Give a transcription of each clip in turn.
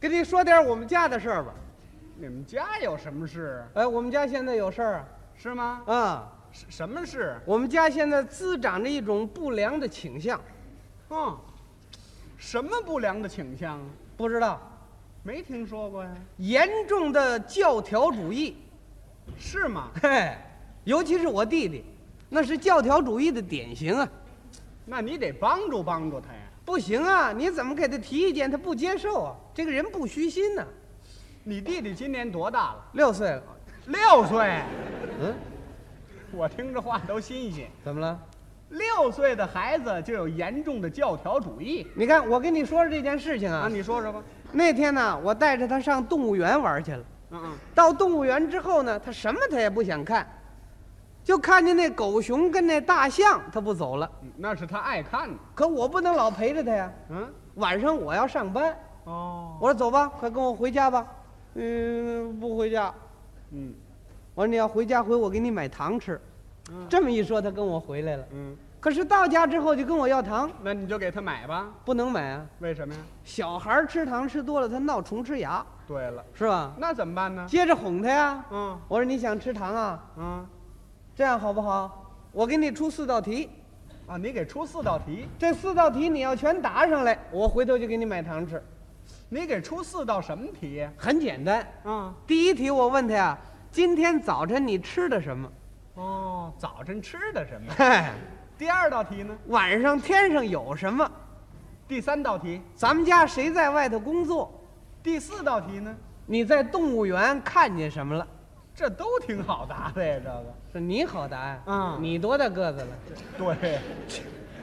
跟您说点我们家的事儿吧。你们家有什么事哎，我们家现在有事儿是吗？啊，啊，什什么事？我们家现在滋长着一种不良的倾向，嗯，什么不良的倾向？不知道没听说过呀？严重的教条主义，是吗？嘿，尤其是我弟弟，那是教条主义的典型啊。那你得帮助帮助他呀。不行啊，你怎么给他提意见，他不接受啊？这个人不虚心呐、你弟弟今年多大了？六岁了，六岁。嗯，我听着话都新鲜。怎么了？六岁的孩子就有严重的教条主义你看，我跟你说说这件事情啊。啊！你说说吧。那天呢，我带着他上动物园玩去了。嗯嗯，到动物园之后呢，他什么他也不想看，就看见那狗熊跟那大象，他不走了。嗯那是他爱看的。可我不能老陪着他呀，嗯，晚上我要上班。哦，我说走吧，快跟我回家吧。嗯，不回家。嗯我说你要回家回，我给你买糖吃。嗯这么一说，他跟我回来了。嗯，可是到家之后就跟我要糖，那你就给他买吧。不能买啊。为什么呀？小孩儿吃糖吃多了，他闹虫吃牙，对了，是吧？那怎么办呢？接着哄他呀。嗯我说你想吃糖啊？嗯，这样好不好？我给你出四道题，啊，你给出四道题。这四道题你要全答上来，我回头就给你买糖吃。你给出四道什么题呀？很简单，啊，第一题我问他呀，今天早晨你吃的什么？ 哦，早晨吃的什么？嘿，第二道题呢？晚上天上有什么？第三道题？咱们家谁在外头工作？第四道题呢？你在动物园看见什么了？这都挺好答的呀，这个。是你好答案嗯你多大个子了？对，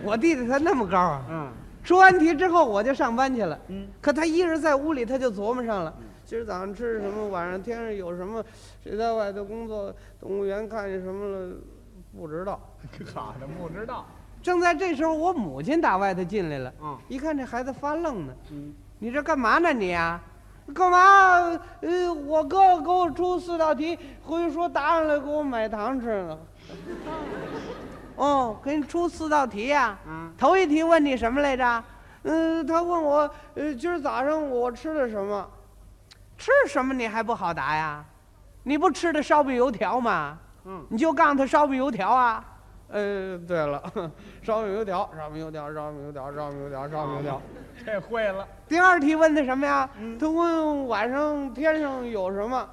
我弟弟他那么高啊！嗯说完题之后我就上班去了。嗯，可他一直在屋里，他就琢磨上了。今儿早上吃什么？晚上天上有什么？谁在外头工作？动物园看见什么了？不知道。嗯 好的，不知道。正在这时候，我母亲打外头进来了，嗯一看这孩子发愣呢。嗯，你这干嘛呢你啊？干嘛？呃，我哥给我出四道题，回去说答上来给我买糖吃呢。 哦，给你出四道题呀、啊，头一题问你什么来着？嗯，他问我，呃，今儿早上我吃的什么？吃什么你还不好答呀？你不吃的烧饼油条吗？嗯，你就告诉他烧饼油条啊。呃，对了， 烧饼油条，烧饼油条，烧饼油条，烧饼油条，烧饼油条。这会了。第二题问的什么呀？嗯他问晚上天上有什么？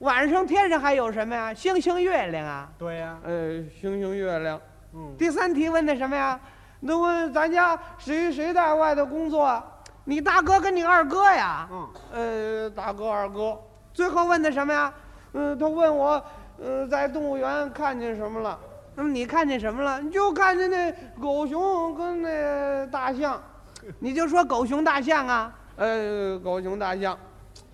晚上天上还有什么呀？星星月亮啊？对呀、呃，星星月亮。嗯，第三题问的什么呀？那问咱家谁谁在外头工作啊？你大哥跟你二哥呀？嗯，呃，大哥二哥。最后问的什么呀？嗯、他问我，呃，在动物园看见什么了？那么你看见什么了？你就看见那狗熊跟那大象，你就说狗熊大象啊。呃，狗熊大象。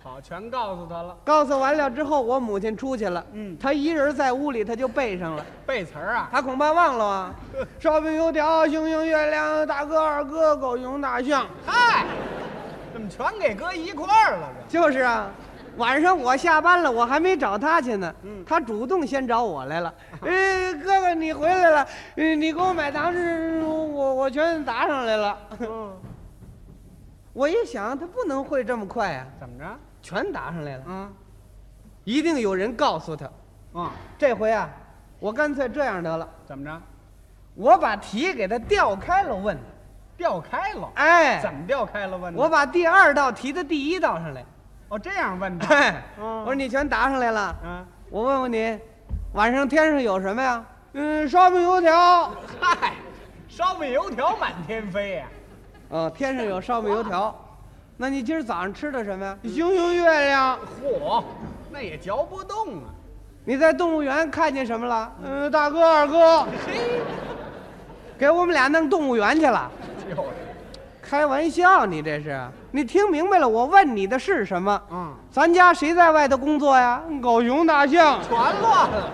好，全告诉他了。告诉完了之后，我母亲出去了，嗯她一人在屋里，她就背上了。背词儿啊，他恐怕忘了 啊。烧饼油条、星星、月亮、大哥、二哥、狗熊、大象，嗨，怎么全给搁一块儿了这？就是啊。晚上我下班了，我还没找他去呢，嗯他主动先找我来了。呃，哥哥你回来了，呃，你给我买糖吃，我我全答上来了。 嗯，我一想，他不能会这么快啊，怎么着？全答上来了，嗯一定有人告诉他。嗯，这回啊，我干脆这样得了，怎么着？我把题给他调开了问。调开了？哎，怎么调开了问呢？我把第二道题的第一道上来。哦这样问的。哎，嗯我说你全答上来了，嗯，我问问你，晚上天上有什么呀？嗯，烧饼油条。嗨，烧饼油条满天飞呀、哦，天上有烧饼油条。那你今儿早上吃的什么呀？星星月亮。嚯，那也嚼不动啊！你在动物园看见什么了？嗯，大哥二哥，嘿，给我们俩弄动物园去了。 就是，开玩笑，你这是？你听明白了？我问你的是什么？嗯，嗯咱家谁在外头工作呀？狗熊大象。全乱了。